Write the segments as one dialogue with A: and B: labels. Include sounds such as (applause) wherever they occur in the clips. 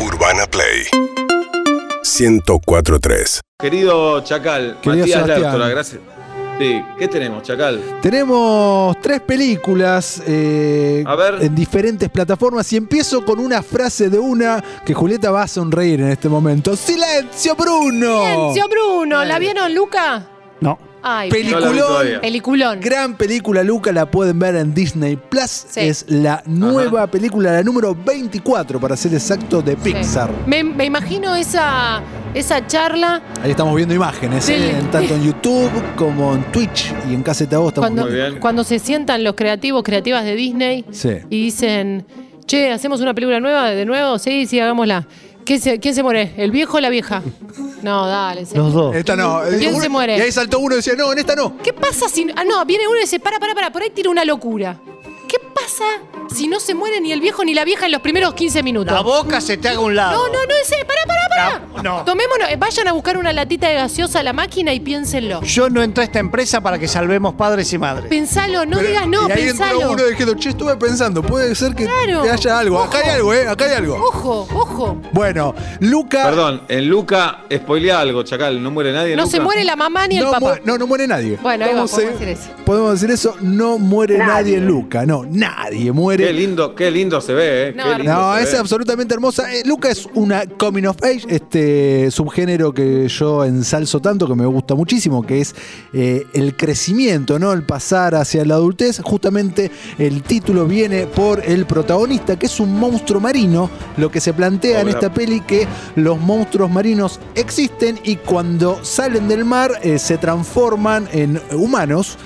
A: Urbana Play 1043.
B: Querido Chacal,
C: Querido
B: Matías
C: Sebastián.
B: Lertora, gracias. Sí, ¿qué tenemos, Chacal?
C: Tenemos tres películas eh,
B: A ver.
C: en diferentes plataformas y empiezo con una frase de una que Julieta va a sonreír en este momento. ¡Silencio, Bruno!
D: Silencio, Bruno. ¿La vieron, Luca?
E: No.
D: Ay,
B: No la vi
C: Peliculón.
B: todavía.
D: peliculón.
C: Gran película, Luca, la pueden ver en Disney Plus.
D: Sí.
C: Es la nueva película, la número 24, para ser exacto, de
D: Sí.
C: Pixar.
D: Me, me imagino esa, esa charla
C: Ahí estamos viendo imágenes,
D: Sí.
C: eh, en- tanto en YouTube como en Twitch y en Caseta Voz. estamos
D: cuando,
B: Muy
C: viendo.
B: bien.
D: cuando se sientan los creativos, creativas de Disney
C: Sí.
D: y dicen, che, ¿hacemos una película nueva de nuevo? Sí, sí, hagámosla. ¿Quién se, quién se muere? ¿El viejo o la vieja? No, dale. se-
E: Los dos.
C: Esta no. eh,
D: ¿Quién se muere?
C: Y ahí saltó uno y decía, no, en esta no.
D: ¿Qué pasa si.? Ah, no, viene uno y dice: para, para, para, por ahí tira una locura. ¿Qué pasa si no se muere ni el viejo ni la vieja en los primeros 15 minutos?
E: La boca se te haga a un lado.
D: No, no, no, ese, para, para, para.
E: La- no.
D: Tomémonos, eh, vayan a buscar una latita de gaseosa a la máquina y piénsenlo.
E: Yo no entré a esta empresa para que salvemos padres y madres.
D: Pensalo, no
C: Pero-
D: digas no,
C: y ahí entró
D: pensalo.
C: uno diciendo, che, estuve pensando, puede ser que
D: Claro.
C: que haya algo. Acá hay algo, ¿eh? Acá hay algo.
D: Ojo, ojo.
C: Bueno, Luca.
B: Perdón, en Luca, spoilea algo, Chacal, no muere nadie. en
D: No
B: Luca?
D: se muere la mamá ni el
C: No,
D: papá.
C: mu- no, no muere nadie.
D: Bueno, ahí va,
C: Vamos a-
D: podemos decir eso.
C: podemos decir eso, no muere nadie, en Luca. No, nadie
B: Qué
C: muere.
B: lindo, qué lindo se ve, ¿eh?
D: No,
B: Qué lindo
C: No,
B: se
C: es
B: ve.
C: absolutamente hermosa. Eh, Luca es una coming of age, este subgénero que yo ensalzo tanto, que me gusta muchísimo, que es eh, el crecimiento, ¿no? El pasar hacia la adultez. Justamente el título viene por el protagonista, que es un monstruo marino. Lo que se plantea en
B: Hola.
C: esta peli que los monstruos marinos existen y cuando salen del mar eh, se transforman en humanos.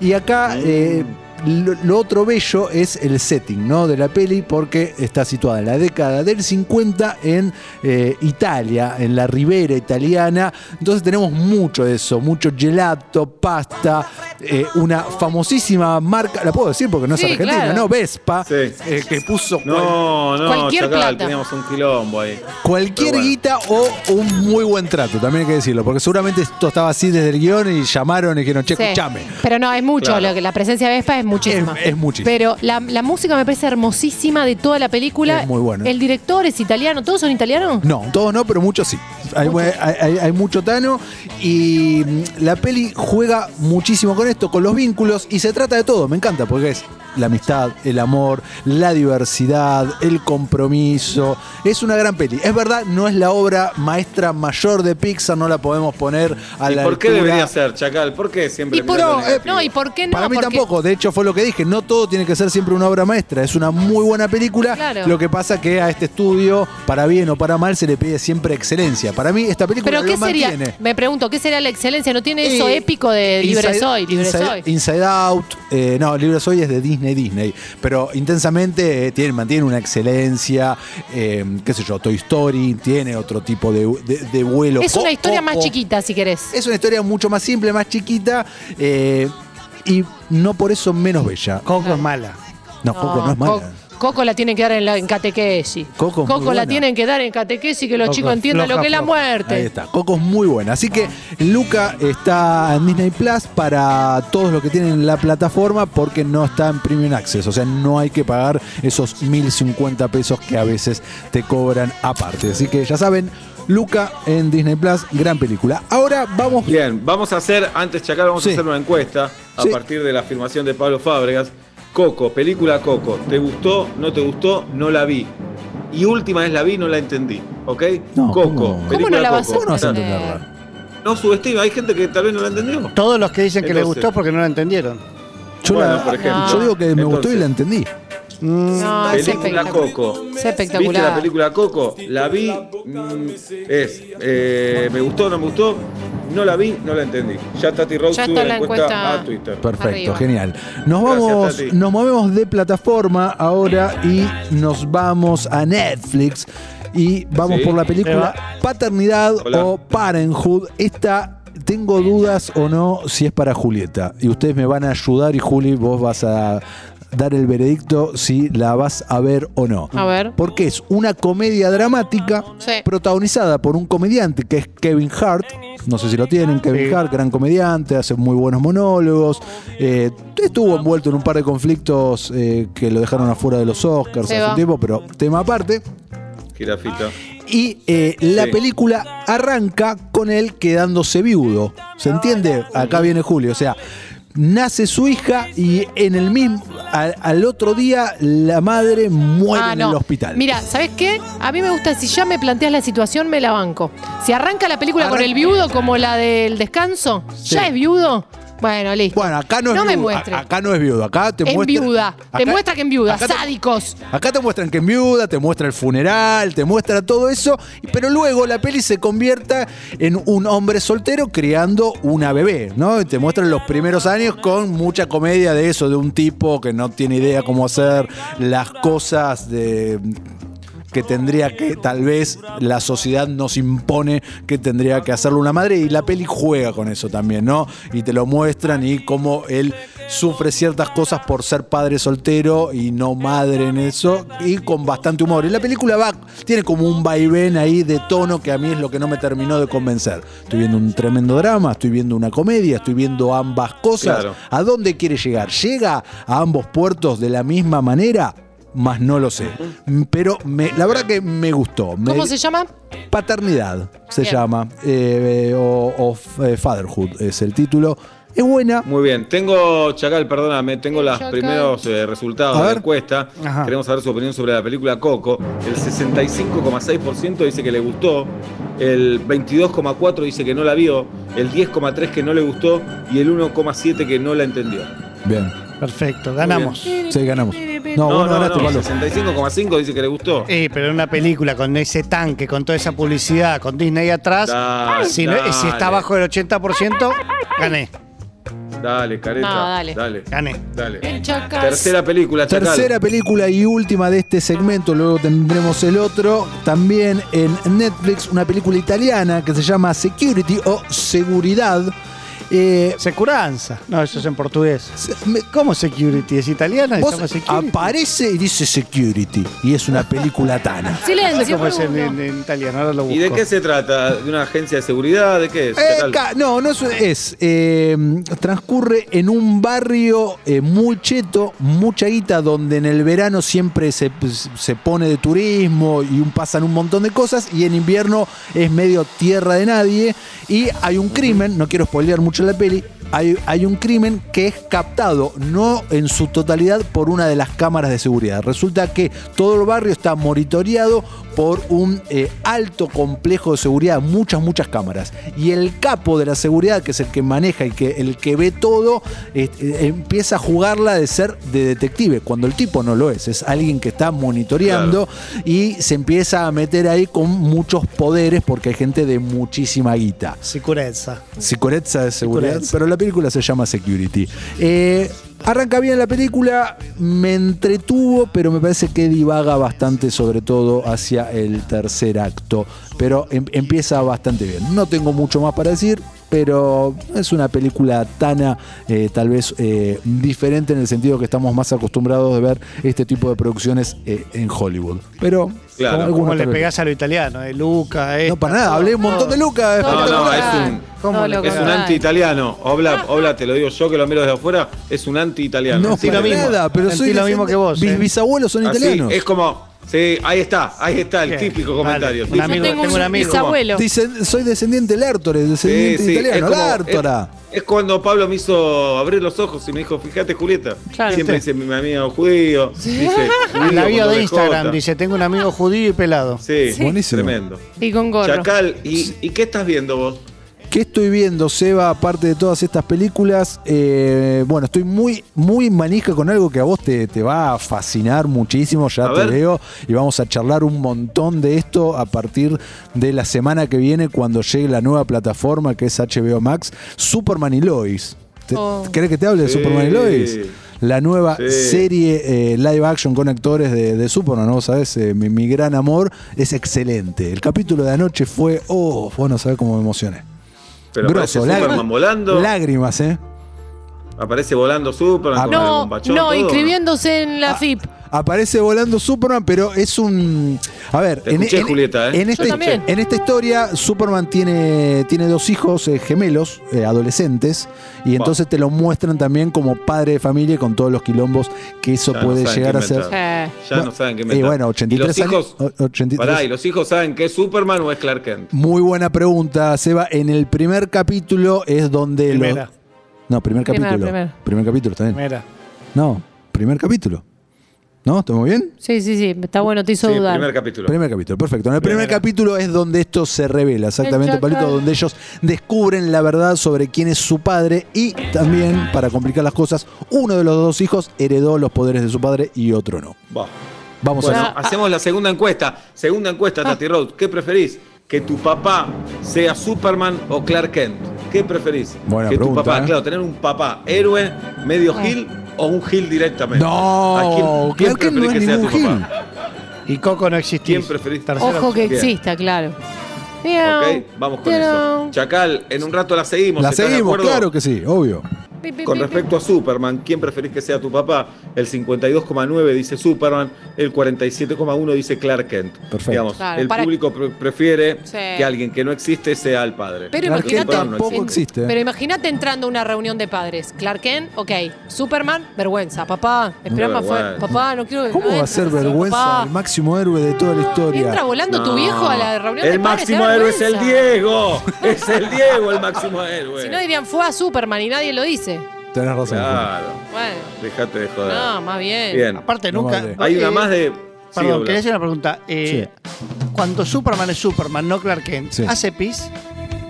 C: Y
B: Mm.
C: acá eh, lo, lo otro bello es el setting ¿no? de la peli porque está situada en la década del 50 en eh, Italia, en la ribera italiana. Entonces tenemos mucho de eso, mucho gelato, pasta, eh, una famosísima marca, la puedo decir porque no es
D: Sí,
C: argentina,
D: claro.
C: ¿no? Vespa,
B: Sí.
C: eh, que puso
B: No, no,
D: Cualquier
B: Chacal,
D: plata.
B: teníamos un quilombo ahí.
C: Cualquier
B: Pero bueno.
C: guita o un muy buen trato, también hay que decirlo, porque seguramente esto estaba así desde el guión y llamaron y dijeron, che,
D: Sí.
C: escuchame.
D: Pero no, es mucho.
B: Claro.
D: lo que- la presencia de Vespa es muchísima.
C: Es- es muchísima.
D: Pero la, la música me parece hermosísima de toda la película.
C: Es muy bueno.
D: El director es italiano. ¿Todos son italianos?
C: No, todos no, pero muchos sí. Hay, hay- hay- hay mucho Tano y mm, la peli juega muchísimo con esto, con los vínculos y se trata de todo, me encanta, porque es la amistad, el amor, la diversidad, el compromiso. Es una gran peli. Es verdad, no es la obra maestra mayor de Pixar, no la podemos poner a
B: ¿Y
C: la
B: por qué
C: altura-
B: debería ser, Chacal? ¿Por qué siempre
D: Y por,
B: mirando
D: no,
B: negativo?
D: ¿y por qué Eh, no?
C: Para mí
D: Porque-
C: tampoco, de hecho fue lo que dije, no todo tiene que ser siempre una obra maestra, es una muy buena película,
D: Claro.
C: lo que pasa que a este estudio, para bien o para mal, se le pide siempre excelencia. Para mí esta película
D: ¿Pero
C: lo
D: qué sería?
C: mantiene.
D: Me pregunto, ¿qué sería la excelencia? ¿No tiene eso
C: Eh,
D: épico de libre
C: Inside-
D: soy, libre
C: Inside,
D: soy?
C: Inside Out, eh, no, Libre Soy es de Disney, Disney, pero intensamente eh, tiene, mantiene una excelencia, eh, qué sé yo, Toy Story, tiene otro tipo de, de- de vuelo.
D: Es una
C: Co-
D: historia más
C: Coco.
D: chiquita, si querés.
C: Es una historia mucho más simple, más chiquita eh, y no por eso menos bella.
E: Coco es mala.
C: No, Coco no es mala.
D: Co- Coco la tienen que dar en, la, en catequesis.
C: Coco es muy
D: la
C: buena.
D: tienen que dar en catequesis, que los
E: Coco
D: chicos
E: es
D: entiendan
E: floja,
D: lo que es la
E: floja.
D: muerte.
C: Ahí está, Coco es muy buena. Así que Luca está en Disney Plus para todos los que tienen la plataforma porque no está en Premium Access. O sea, no hay que pagar esos 1050 pesos que a veces te cobran aparte. Así que ya saben, Luca en Disney Plus, gran película. Ahora vamos.
B: Bien, vamos a hacer, antes Chacal, vamos
C: Sí.
B: a hacer una encuesta a
C: Sí.
B: partir de la afirmación de Pablo Fábregas. Coco, película Coco, ¿te gustó? ¿No te gustó? No la vi. Y última vez la vi, no la entendí, ¿ok?
C: No,
B: Coco,
C: ¿cómo no?
D: ¿Cómo no
B: película
D: la vas a
B: Coco.
C: ¿Cómo no vas a
D: entender?
C: entenderla?
B: No subestima, hay gente que tal vez no la entendió.
E: Todos los que dicen que les
B: Entonces-
E: gustó porque no lo entendieron.
C: Yo,
B: Bueno,
C: la-
B: por ejemplo.
C: yo digo que me gustó y
B: Entonces,
C: la entendí.
D: No, es
B: Mm. Película
D: espectacular.
B: Coco.
D: Es
B: ¿Viste la
D: espectacular.
B: película Coco? La vi, mm, es, eh, me gustó, no me gustó, no la vi, no la entendí. Ya Tati Rose
D: Ya
B: sube
D: está
B: la
D: la
B: encuesta,
D: encuesta.
B: a Twitter.
C: Perfecto,
D: Arriba.
C: genial. Nos
B: Gracias,
C: vamos,
B: Tati.
C: nos movemos de plataforma ahora y nos vamos a Netflix y vamos
B: Sí.
C: por la película Paternidad
B: Hola.
C: o Parenthood. Esta tengo dudas o no si es para Julieta y ustedes me van a ayudar y Juli vos vas a dar el veredicto si la vas a ver o no.
D: A ver.
C: Porque es una comedia dramática
D: Sí.
C: protagonizada por un comediante que es Kevin Hart. No sé si lo tienen, Kevin
E: Sí.
C: Hart, gran comediante, hace muy buenos monólogos. Eh, estuvo envuelto en un par de conflictos eh, que lo dejaron afuera de los Oscars
D: Se
C: hace
D: va.
C: un tiempo, pero tema aparte.
B: jirafita.
C: Y eh, la
B: Sí.
C: película arranca con él quedándose viudo. ¿Se entiende? Acá viene Julio. O sea, nace su hija y en el mismo. al, al otro día la madre muere
D: Ah,
C: en
D: no.
C: el hospital.
D: Mira, ¿sabes qué? A mí me gusta, si ya me planteas la situación, me la banco. Si arranca la película con
C: Arranca.
D: el viudo como la del descanso,
C: Sí.
D: ¿ya es viudo? Bueno, listo.
C: Bueno, acá no es
D: No me
C: viudo.
D: muestre.
C: A- Acá no es viudo. Acá te muestra.
D: Enviuda. Te
C: acá-
D: muestra que enviuda.
C: acá te-
D: Sádicos.
C: Acá te muestran que enviuda, te muestra el funeral, te muestra todo eso, pero luego la peli se convierta en un hombre soltero criando una bebé, ¿no? Y Te muestran los primeros años con mucha comedia de eso, de un tipo que no tiene idea cómo hacer las cosas de que tendría que, tal vez la sociedad nos impone que tendría que hacerlo una madre y la peli juega con eso también, ¿no? Y te lo muestran y cómo él sufre ciertas cosas por ser padre soltero y no madre en eso y con bastante humor. Y la película va, tiene como un vaivén ahí de tono que a mí es lo que no me terminó de convencer. Estoy viendo un tremendo drama, estoy viendo una comedia, estoy viendo ambas cosas.
B: Claro.
C: ¿A dónde quiere llegar? ¿Llega a ambos puertos de la misma manera? Más no lo sé. Pero me- la verdad que me gustó. Me-
D: ¿Cómo se llama?
C: Paternidad se
D: Bien.
C: llama. eh, eh, o, o f- eh, Fatherhood es el título. Es buena.
B: Muy bien, tengo, Chacal, perdóname, tengo los
D: Chacal.
B: primeros eh, resultados
C: A
B: de la
C: ver.
B: encuesta.
E: Ajá.
B: Queremos saber su opinión sobre la película Coco. El 65,6% dice que le gustó, el 22,4% dice que no la vio, el 10,3% que no le gustó y el 1,7% que no la entendió.
C: Bien.
E: Perfecto, ganamos.
C: Sí, ganamos.
B: No,
C: No, vos no
B: no,
C: ganaste,
B: no, el
C: Pablo.
B: 65,5% dice que le gustó.
E: Eh, pero una película con ese tanque, con toda esa publicidad, con Disney atrás,
B: Dale,
E: si, no- si
B: dale.
E: está abajo del 80%, gané,
B: Dale, careta.
D: No,
B: dale.
D: dale.
B: Dale.
E: gané.
D: Chacas.
B: Tercera película, Chacal.
C: Tercera película y última de este segmento, luego tendremos el otro. También en Netflix, una película italiana que se llama Security o Seguridad. Eh,
E: Securanza. No, eso es en portugués.
C: se- me-
E: ¿Cómo security? ¿Es italiana?
C: vos
E: ¿Estamos security?
C: aparece y dice Security. Y es una película
E: (laughs)
C: tana.
E: No sé
D: Silencio.
E: cómo es en,
D: Bruno.
E: en- en italiano, ahora lo busco.
B: ¿Y de qué se trata? ¿De una agencia de seguridad? ¿De qué es?
C: Eh,
B: Chacal?
C: ca- no, no es. es, eh, transcurre en un barrio eh, muy cheto, mucha guita, donde en el verano siempre se, pues, se pone de turismo y un- pasan un montón de cosas, y en invierno es medio tierra de nadie. Y hay un crimen, no quiero spoilear mucho la peli. Hay, hay un crimen que es captado, no en su totalidad, por una de las cámaras de seguridad. Resulta que todo el barrio está monitoreado por un eh, alto complejo de seguridad, muchas, muchas cámaras. Y el capo de la seguridad, que es el que maneja y que, el que ve todo, este, eh, empieza a jugarla de ser de detective, cuando el tipo no lo es, es alguien que está monitoreando y se empieza a meter ahí con muchos poderes porque hay gente de muchísima guita.
E: Sicurezza.
C: Sicurezza de seguridad,
E: Sicurezza.
C: pero la película se llama Security. Eh, arranca bien la película, me entretuvo, pero me parece que divaga bastante, sobre todo hacia el tercer acto. Pero em- empieza bastante bien. No tengo mucho más para decir, pero es una película tana, eh, tal vez eh, diferente en el sentido que estamos más acostumbrados de ver este tipo de producciones eh, en Hollywood. Pero
B: Claro.
E: ¿Cómo,
C: algunos
E: cómo le
C: tal vez-
E: pegás a lo italiano? Eh, Luca, eh.
C: No, para nada, hablé un montón de Lucas.
D: Todo
B: No,
D: lo
B: no, es
D: contrario.
B: un-
E: ¿Cómo
D: Todo
E: le-
D: lo
B: Es un
D: contrario.
B: anti-italiano.
D: Ah,
B: Obla, Obla, te lo digo yo que lo miro desde afuera, es un anti-italiano.
C: No,
B: Sí,
C: para
B: lo mismo.
C: nada, pero
E: Sentí
C: soy
E: lo mismo que vos,
C: Mis
E: eh.
C: bisabuelos son
B: Así,
C: italianos.
B: es como, sí, ahí está, ahí está el
E: Bien,
B: típico
E: vale.
B: comentario.
E: Un
B: típico.
E: amigo-
D: Yo tengo
E: tengo un
D: un
E: amigo.
D: bisabuelo.
C: Dicen, soy descendiente Lertore,
B: Sí,
C: descendiente
B: sí,
C: italiano.
B: como-
C: Lertora.
B: es- es cuando Pablo me hizo abrir los ojos y me dijo, fíjate Julieta,
D: Claro.
B: siempre dice mi amigo judío,
C: (laughs)
B: dice, judío
E: En la bio
B: con
E: de
B: doble
E: Instagram
B: J.
E: dice, tengo un amigo judío y pelado.
B: Sí,
C: Sí. Buenísimo.
B: tremendo.
D: Y con gorro.
B: Chacal, ¿y, y qué estás viendo vos?
C: ¿Qué estoy viendo, Seba, aparte de todas estas películas? Eh, bueno, estoy muy, muy manija con algo que a vos te, te va a fascinar muchísimo, ya
B: A
C: te
B: ver.
C: veo, y vamos a charlar un montón de esto a partir de la semana que viene cuando llegue la nueva plataforma que es HBO Max, Superman y Lois. ¿Te-
D: Oh.
C: ¿Querés que te hable de
B: Sí.
C: Superman y Lois? La nueva
B: Sí.
C: serie eh, live action con actores de, de Superman, ¿no? ¿Sabes? Eh, mi, mi gran amor es excelente. El capítulo de anoche fue, oh, vos no sabés cómo me emocioné.
B: Pero aparece
C: Grosso, lágrimas.
B: Superman volando,
C: Lágrimas, ¿eh?
B: aparece volando Superman, con el
D: Ah, No,
B: bombachón,
D: no,
B: todo. Ah.
D: inscribiéndose en la FIP.
C: aparece volando Superman, pero es un. A ver,
B: Te escuché, Julieta, ¿eh?
C: en esta,
D: Yo también.
C: en esta historia, Superman tiene, tiene dos hijos eh, gemelos, eh, adolescentes, y entonces te lo muestran también como padre de familia y con todos los quilombos que eso
B: Ya no
C: puede
B: saben
C: llegar
B: qué
C: a ser.
B: inventar.
D: Eh,
B: Ya no,
C: Bueno,
B: saben qué
C: y
B: me
C: bueno, 83
B: ¿Y los
C: años-
B: hijos?
C: o- 83.
B: Pará, ¿y los hijos saben que es Superman o es Clark Kent?
C: Muy buena pregunta, Seba. En el primer capítulo es donde lo-
E: Primera.
C: No, primer
D: Primera,
C: capítulo.
D: primera.
C: Primer capítulo también.
E: Mira.
C: No, primer capítulo. ¿No? ¿Estamos bien?
D: sí, sí, sí. Está bueno, te hizo
B: Sí,
D: dudar.
B: primer capítulo.
C: Primer capítulo, perfecto. En el primer
E: Primera.
C: capítulo es donde esto se revela, exactamente,
D: El chacal.
C: Palito, donde ellos descubren la verdad sobre quién es su padre y también, para complicar las cosas, uno de los dos hijos heredó los poderes de su padre y otro no.
B: Va.
C: Vamos
B: Bueno,
C: a
D: Ah, ah.
B: hacemos la segunda encuesta. Segunda encuesta, Tati Rhodes. ¿Qué preferís? ¿Que tu papá sea Superman o Clark Kent? ¿Qué preferís?
C: Buena
B: que
C: pregunta,
B: tu papá,
C: ¿eh?
B: claro, tener un papá héroe, medio gil o un gil directamente.
C: No,
B: ¿A
C: Clark Kent no
B: preferís
C: es ningún
B: papá?
C: gil.
E: Y Coco no existía.
B: ¿Quién preferís? Oh,
E: Tercera
D: Ojo que
B: Bien.
D: exista, claro.
B: Ok, vamos con eso. Chacal, en un rato la seguimos.
C: La
B: ¿estás de
C: seguimos,
B: acuerdo?
C: claro que sí, obvio.
B: Con respecto a Superman, ¿quién preferís que sea tu papá? El 52,9 dice Superman, el 47,1 dice Clark Kent.
C: Perfecto.
B: Digamos,
D: Claro,
B: el
D: para-
B: público pre- prefiere
D: Sí.
B: que alguien que no existe sea el padre.
D: Pero
C: Clark Kent
D: imagínate-
C: tampoco
B: ¿eh?
C: existe.
D: Pero imagínate entrando a una reunión de padres. Clark Kent, ok. Superman, vergüenza. Papá, espera más fue.
B: vergüenza.
D: Papá, no quiero.
C: ¿Cómo
D: no
C: va a
D: entres,
C: ser vergüenza
D: papá.
C: el máximo héroe de toda la
D: Entra
C: historia?
D: volando tu
B: No.
D: viejo a la reunión de
B: El
D: padres. te
B: máximo
D: da
B: héroe es el
D: vergüenza.
B: Diego. Es el Diego el máximo héroe.
D: Si no dirían fue a Superman y nadie lo dice.
C: Tenés razón.
B: Claro,
D: Bueno,
B: dejate de joder.
D: no, más bien.
B: Bien.
E: Aparte,
C: No
E: nunca.
C: vale.
B: Hay una
E: eh,
B: más de. Sí,
E: Perdón,
B: Oblak.
E: quería hacer una pregunta. Eh, Cuando Superman es Superman, no Clark Kent,
C: Sí.
E: hace pis,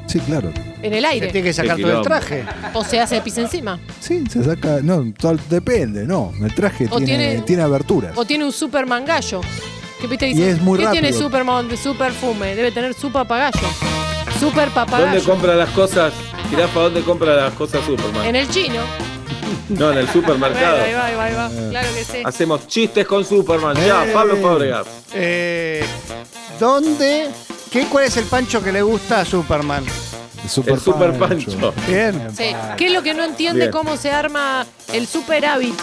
C: Sí, claro.
D: En el
E: se tiene
D: aire.
E: que sacar
B: Qué
E: todo el
B: quilombo.
E: traje.
D: O se hace pis encima.
C: Sí, se saca. No, todo- depende, no. El traje
D: O
C: tiene, tiene,
D: tiene-
C: aberturas.
D: O tiene un Superman gallo. Que viste,
C: Y
D: dice,
C: es muy
D: ¿Qué
C: rápido.
D: tiene Superman de Superfume? Debe tener su papagayo. Super
B: ¿Dónde
D: papagayo.
B: compra las cosas? Jirafa, ¿dónde compra las cosas Superman?
D: En el chino.
B: No, en el
D: Bueno, ahí
B: supermercado.
D: va, ahí va, ahí va.
B: Ah.
D: Claro que sí.
B: Hacemos chistes con Superman. Ya,
C: Eh.
B: Pablo Fábregas.
E: Eh, ¿Dónde? ¿Qué, ¿Cuál es el pancho que le gusta a Superman?
C: El super,
B: El super pancho.
E: Bien.
D: Sí. ¿Qué es lo que no entiende
B: Bien.
D: cómo se arma el super hábit?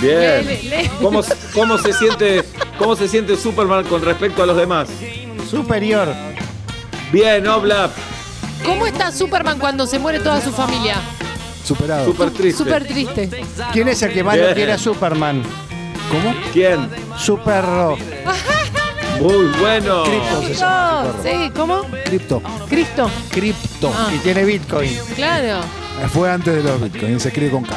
B: Bien.
D: Le- le-
B: ¿Cómo, se- cómo se siente, ¿Cómo se siente Superman con respecto a los demás?
E: Superior.
B: Bien, Oblap.
D: ¿Cómo está Superman cuando se muere toda su familia?
C: Superado.
B: Super triste.
D: Super triste.
E: ¿Quién es el que más
B: Bien.
E: lo quiere a Superman?
C: ¿Cómo?
B: ¿Quién?
E: Superro.
B: Muy bueno.
D: No, sí, ¿cómo?
C: Cripto.
D: Ah. Cristo.
C: Cripto.
D: Ah.
E: Y tiene Bitcoin.
D: Claro.
C: Fue antes de los bitcoins, se escribe con K.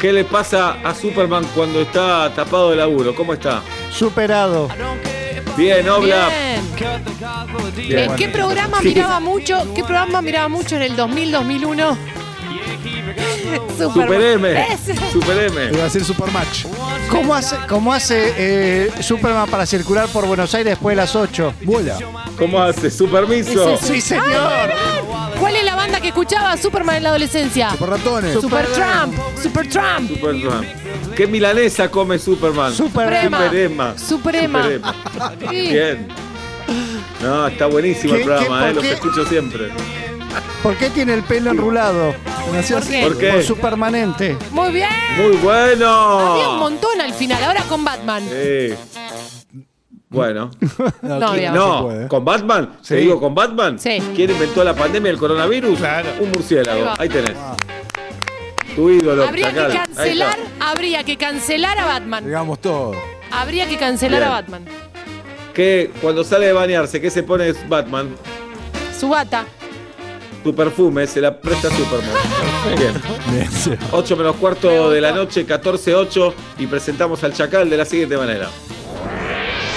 B: ¿Qué le pasa a Superman cuando está tapado de laburo? ¿Cómo está?
E: Superado.
B: Bien, Oblap.
D: Bien.
B: Bien.
D: Eh, ¿Qué programa miraba mucho? ¿Qué programa miraba mucho en
B: (laughs)
D: el 2000-2001?
B: Super M.
D: Ese.
B: Super M.
C: Iba a decir Supermatch.
E: ¿Cómo hace, cómo hace eh, Superman para circular por Buenos Aires después de las 8?
C: Vuela.
B: ¿Cómo hace? ¿Su permiso?
D: Ese
E: Sí, señor.
D: ¿Cuál es la banda que escuchaba Superman en la adolescencia?
C: Super ratones.
D: Super Trump. Super Trump.
B: Superman. ¿Qué milanesa come Superman?
E: Superema.
B: Superema.
D: Suprema.
B: Superema.
D: Sí.
B: Bien. No, está buenísimo el
E: ¿Qué- qué-
B: programa, eh,
E: por
B: los
E: qué?
B: escucho siempre.
E: ¿Por qué tiene el pelo enrulado?
C: Nació
D: ¿Por
C: así.
D: qué?
B: ¿Por qué?
E: Por supermanente.
D: Muy bien.
B: Muy
D: Había un
B: bueno.
D: montón al final, ahora con Batman.
B: Sí. Bueno.
C: No,
D: No,
C: aquí
D: digamos.
C: se
B: Eh, No,
C: puede.
B: ¿con Batman? ¿Te
E: Sí.
B: digo con Batman?
D: Sí.
B: ¿Quién inventó la pandemia del coronavirus?
E: Claro.
B: Un
D: Ahí
B: murciélago.
D: va.
B: Ahí tenés. Tu ídolo.
D: Habría que
B: chacal. Ahí
D: cancelar,
B: está.
D: habría que cancelar a Batman.
C: Digamos todo.
D: Habría que cancelar
B: Bien.
D: a Batman.
B: Que cuando sale de bañarse, ¿qué se pone Batman?
D: Su bata.
B: Tu perfume se la presta Superman. Bien.
C: (laughs) Bien, sí.
B: 8 menos cuarto de la noche, 14-8, y presentamos al Chacal de la siguiente manera.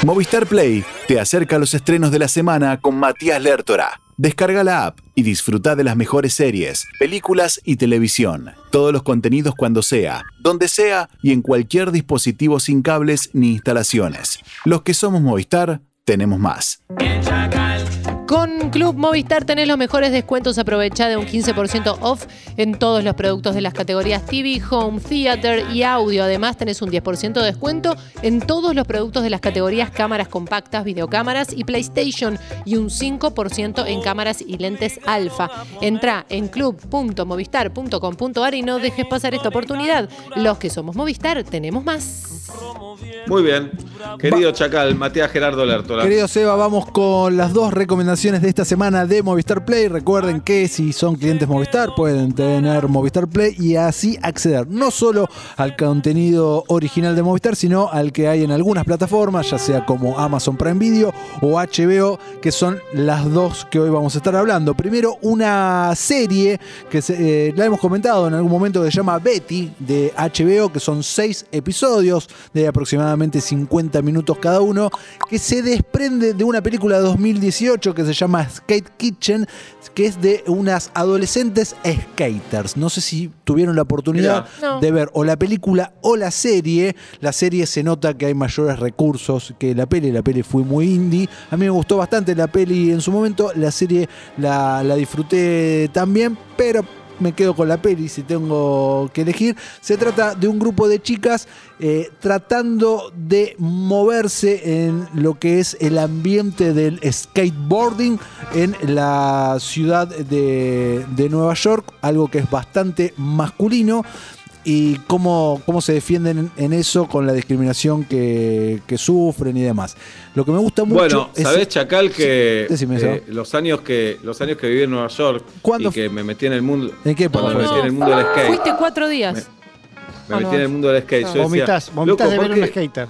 A: Movistar Play te acerca los estrenos de la semana con Matías Lertora. Descarga la app y disfruta de las mejores series, películas y televisión. Todos los contenidos cuando sea, donde sea y en cualquier dispositivo sin cables ni instalaciones. Los que somos Movistar, tenemos más.
D: Con Club Movistar tenés los mejores descuentos. Aprovecha de un 15% off en todos los productos de las categorías TV, Home, Theater y Audio. Además, tenés un 10% de descuento en todos los productos de las categorías cámaras compactas, videocámaras y PlayStation. Y un 5% en cámaras y lentes alfa. Entra en club.movistar.com.ar y no dejes pasar esta oportunidad. Los que somos Movistar tenemos más.
B: Muy bien. Querido Chacal, Matías Gerardo Lertora.
C: Querido Seba, vamos con las dos recomendaciones de esta semana de Movistar Play. Recuerden que si son clientes Movistar pueden tener Movistar Play y así acceder no solo al contenido original de Movistar, sino al que hay en algunas plataformas, ya sea como Amazon Prime Video o HBO, que son las dos que hoy vamos a estar hablando. Primero, una serie que se- eh, la hemos comentado en algún momento que se llama Betty de HBO, que son seis episodios de aproximadamente 50 minutos cada uno, que se desprende de una película de 2018 que se llama Skate Kitchen, que es de unas adolescentes skaters. No sé si tuvieron la oportunidad
D: Mirá. No.
C: de ver o la película o la serie. La serie se nota que hay mayores recursos que la peli. La peli fue muy indie. A mí me gustó bastante la peli en su momento. La serie la, la disfruté también, pero me quedo con la peli si tengo que elegir. Se trata de un grupo de chicas eh, tratando de moverse en lo que es el ambiente del skateboarding en la ciudad de, de Nueva York, algo que es bastante masculino. Y cómo, cómo se defienden en eso con la discriminación que, que sufren y demás. Lo que me gusta mucho
B: Bueno,
C: es-
B: ¿sabés, Chacal, que
C: Sí, decime,
B: eh,
C: Seba.
B: los años que los años que viví en Nueva York
C: ¿Cuándo
B: y que me metí en el mundo,
C: ¿En qué época
B: No,
C: fue
B: no,
C: eso?
B: en el mundo del skate.
D: Fuiste cuatro días.
B: me
D: Ah,
B: metí
D: no.
B: en el mundo del skate. Yo decía,
E: Vomitas, vomitas
B: loco,
E: de ver
B: ¿por
E: un
B: qué,
E: skater.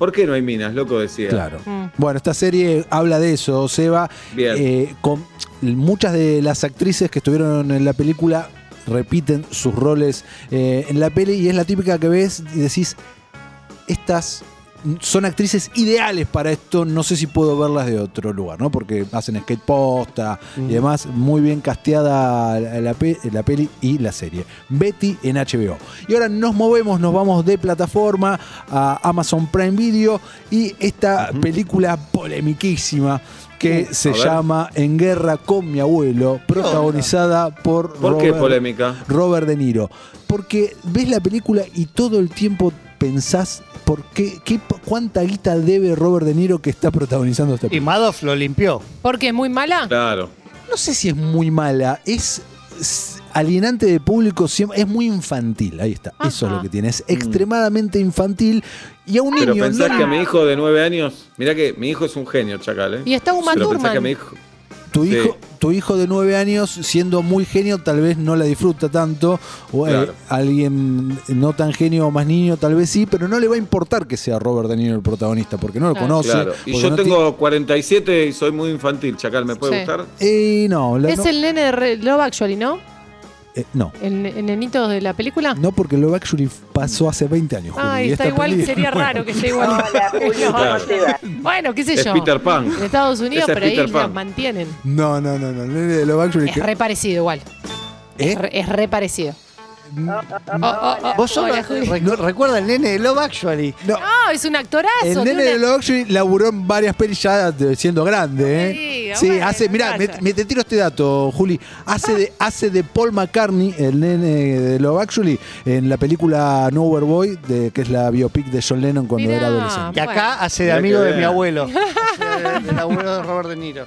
B: ¿Por qué no hay minas? Loco decía.
C: Claro.
D: Mm.
C: Bueno, esta serie habla de eso, Seba.
B: Bien.
C: Eh, con muchas de las actrices que estuvieron en la película repiten sus roles eh, en la peli y es la típica que ves y decís, estas son actrices ideales para esto, no sé si puedo verlas de otro lugar, ¿no? Porque hacen skate posta
B: Mm.
C: y demás, muy bien casteada la, la pe- la peli y la serie. Betty en HBO. Y ahora nos movemos, nos vamos de plataforma a Amazon Prime Video y esta película polemiquísima que se
B: Uh, a ver.
C: llama En guerra con mi abuelo, protagonizada por
B: ¿Por qué
C: Robert-
B: polémica?
C: Robert De Niro. Porque ves la película y todo el tiempo pensás por qué, qué- cuánta guita debe Robert De Niro que está protagonizando esta
E: Y
C: película.
E: Madoff lo limpió.
D: Porque es muy mala.
B: Claro.
C: No sé si es muy mala, es, es alienante de público, siempre- es muy infantil, ahí está, eso es
D: Ajá.
C: lo que tiene, es extremadamente infantil y a un niño
B: Mm. Pero pensás
C: no-
B: que a mi hijo de nueve años, mirá que mi hijo es un genio, Chacal, ¿eh?
D: Y está Uma
B: Pero pensás
D: Thurman.
B: que a mi hijo,
C: tu,
B: Sí.
C: hijo, tu hijo de nueve años, siendo muy genio, tal vez no la disfruta tanto. O eh,
B: Claro.
C: alguien no tan genio o más niño, tal vez sí, pero no le va a importar que sea Robert De Niro el protagonista, porque no lo
D: Claro.
C: conoce.
B: claro. Y
C: porque
B: yo
C: no
B: tengo 47 y soy muy infantil, Chacal, ¿me puede
D: Sí.
B: gustar?
C: ti- Eh, no, la-
D: Es
C: no,
D: el nene de Re- Love Actually, ¿no?
C: eh, no.
D: El, el nenito de la película.
C: No, porque Love Actually pasó hace 20 años. Juli,
D: Ay,
C: y
D: Ah, está
C: esta
D: igual,
C: peli-
D: sería raro que esté igual. (laughs)
B: Claro.
D: Bueno, qué sé
B: Es
D: yo.
B: Peter Pan.
D: En Estados Unidos,
B: Ese es
D: pero ahí
B: Peter
D: los
B: Pan.
D: mantienen.
C: No, no, no, no. el nene de Love Actually.
D: Es
C: que-
D: re parecido igual.
C: ¿Eh?
D: Es re- Es Oh, re parecido.
E: Vos solo recu- recuerda el nene de Love Actually.
C: No,
D: No, Oh, es un actorazo.
C: El
D: tiene
C: nene
D: una-
C: de Love Actually laburó en varias pelis ya de- siendo grande, ¿eh?
D: No me digas,
C: sí,
D: bueno,
C: hace, mirá, me,
D: vaya.
C: me- te tiro este dato, Juli. Hace de, hace de Paul McCartney, el nene de Love Actually, en la película Nowhere Boy, de, que es la biopic de John Lennon cuando
D: Mirá.
C: era adolescente.
E: Y acá
D: Bueno.
E: hace de
B: Mirá
E: amigo
B: que
E: de
B: bien.
E: mi (laughs) abuelo. Hace de- Del abuelo de Robert De Niro.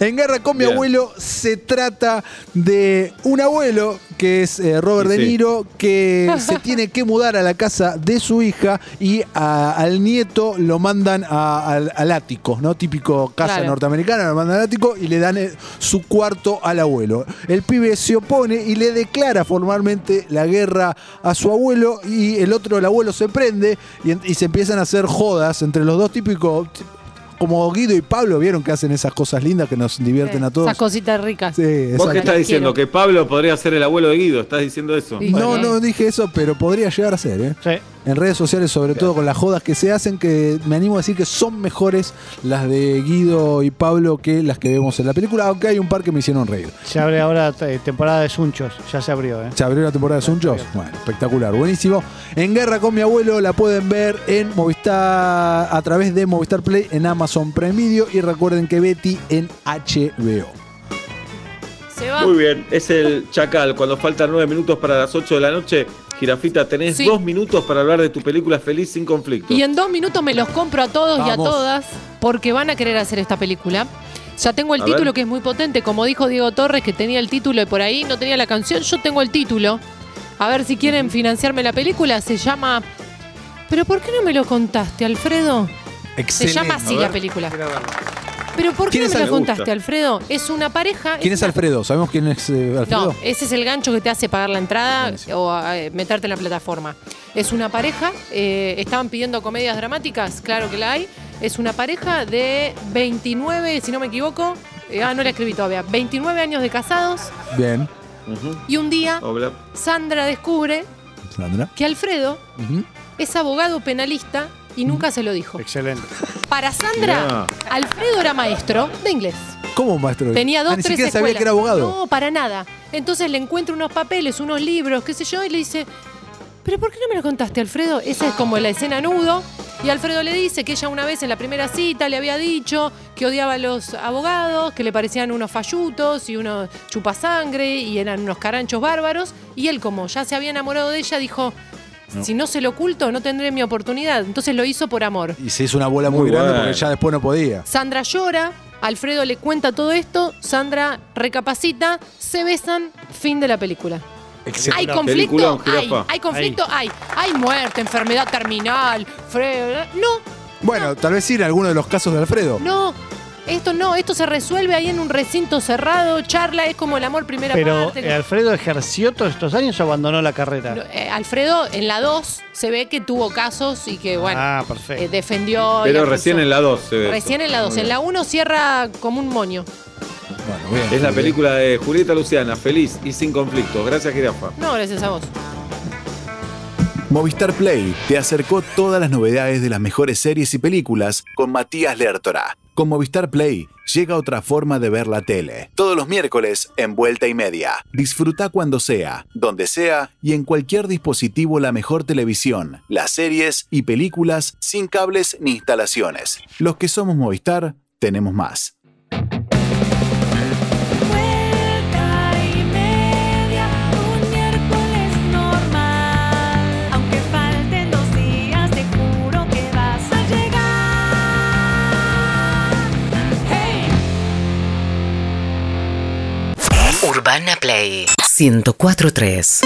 C: En Guerra con mi
B: Bien.
C: abuelo se trata de un abuelo que es eh, Robert
B: Y
C: De
B: sí.
C: Niro que se tiene que mudar a la casa de su hija y a- al nieto lo mandan a- al, al ático, ¿no? Típico casa
D: Claro.
C: norteamericana, lo mandan al ático y le dan eh, su cuarto al abuelo. El pibe se opone y le declara formalmente la guerra a su abuelo y el otro, el abuelo, se prende y, en- y se empiezan a hacer jodas entre los dos típicos. Como Guido y Pablo vieron que hacen esas cosas lindas que nos divierten a todos.
D: Esas cositas ricas.
C: Sí,
B: ¿Vos qué
C: exacto.
B: estás
D: Los
B: diciendo?
D: quiero.
B: ¿Que Pablo podría ser el abuelo de Guido? ¿Estás diciendo eso?
D: Sí.
C: No,
D: Bueno.
C: no dije eso, pero podría llegar a ser, ¿eh?
E: Sí.
C: En redes sociales, sobre todo con las jodas que se hacen, que me animo a decir que son mejores las de Guido y Pablo que las que vemos en la película, aunque hay un par que me hicieron reír.
E: Se abre ahora eh, temporada de Sunchos. Ya se abrió, ¿eh?
C: ¿Se abrió la temporada de Sunchos? Bueno, espectacular, buenísimo. En Guerra con mi abuelo la pueden ver en Movistar, a través de Movistar Play en Amazon Prime Video y recuerden que Betty en HBO.
D: Se va.
B: Muy bien, es el Chacal. Cuando faltan nueve minutos para las 8 de la noche, Girafita, tenés
D: Sí.
B: dos minutos para hablar de tu película Feliz sin conflicto.
D: Y en dos minutos me los compro a todos y a
C: Vamos.
D: todas porque van a querer hacer esta película. Ya tengo el
B: A
D: título
B: ver.
D: que es muy potente, como dijo Diego Torres que tenía el título y por ahí no tenía la canción, yo tengo el título. A ver si quieren financiarme la película, se llama ¿Pero por qué no me lo contaste, Alfredo? Se
C: Excelente.
D: llama así
B: A ver.
D: la película. ¿Pero por qué
C: ¿Quién
D: no
C: es
D: me lo
C: Al-
B: Me gusta.
D: contaste, Alfredo? Es una pareja.
C: ¿Quién es
D: una-
C: Alfredo? ¿Sabemos quién es eh, Alfredo?
D: No, ese es el gancho que te hace pagar la entrada
C: Buenísimo.
D: o eh, meterte en la plataforma. Es una pareja, eh, estaban pidiendo comedias dramáticas, claro que la hay. Es una pareja de 29, si no me equivoco, eh, ah, no la escribí todavía, 29 años de casados
C: Bien,
B: Ujú.
D: y un día
B: Hola.
D: Sandra descubre
C: Sandra.
D: que Alfredo
C: Ujú.
D: es abogado penalista y nunca se lo dijo.
E: Excelente.
D: Para Sandra, Alfredo era maestro de inglés.
C: ¿Cómo maestro?
D: Tenía dos,
C: Ah, Ni
D: tres
C: siquiera sabía
D: escuelas.
C: que era abogado.
D: No, para nada. Entonces le encuentro unos papeles, unos libros, qué sé yo, y le dice, ¿pero por qué no me lo contaste, Alfredo? Esa es como la escena nudo. Y Alfredo le dice que ella una vez en la primera cita le había dicho que odiaba a los abogados, que le parecían unos fallutos y unos chupasangre y eran unos caranchos bárbaros. Y él, como ya se había enamorado de ella, dijo, si no se lo oculto, no tendré mi oportunidad. Entonces lo hizo por amor.
C: Y se hizo una bola muy,
B: Muy
C: grande
B: bueno.
C: porque ya después no podía.
D: Sandra llora, Alfredo le cuenta todo esto, Sandra recapacita, se besan, fin de la película. ¿Hay conflicto?
B: Peliculón,
D: Hay.
B: jirafa.
D: ¿Hay conflicto? Hay. Hay muerte, enfermedad terminal, fre- No,
C: Bueno, tal vez sí en alguno de los casos de Alfredo.
D: no. Esto no, esto se resuelve ahí en un recinto cerrado, charla, es como el amor primera
E: Pero
D: parte.
E: eh, Alfredo ejerció todos estos años o abandonó la
D: No,
E: carrera.
D: eh, Alfredo en la 2 se ve que tuvo casos y que, bueno,
E: ah,
D: eh,
E: perfecto.
D: defendió. y
B: Pero
D: acusó.
B: recién en la 2 se ve.
D: Recién en la 2.
B: Muy
D: En la 1 cierra como un moño.
C: Bueno, bien.
B: bien. Es la película de Julieta Luciana, feliz y sin conflictos. Gracias, Jirafa.
D: No, gracias a vos.
A: Movistar Play te acercó todas las novedades de las mejores series y películas con Matías Lertora. Con Movistar Play llega otra forma de ver la tele. Todos los miércoles en vuelta y media. Disfruta cuando sea, donde sea y en cualquier dispositivo la mejor televisión, las series y películas sin cables ni instalaciones. Los que somos Movistar, tenemos más.
F: Vuelta y media, un miércoles normal. Aunque falten dos días, te juro que vas a llegar. ¡Hey!
G: Urbana Play 104.3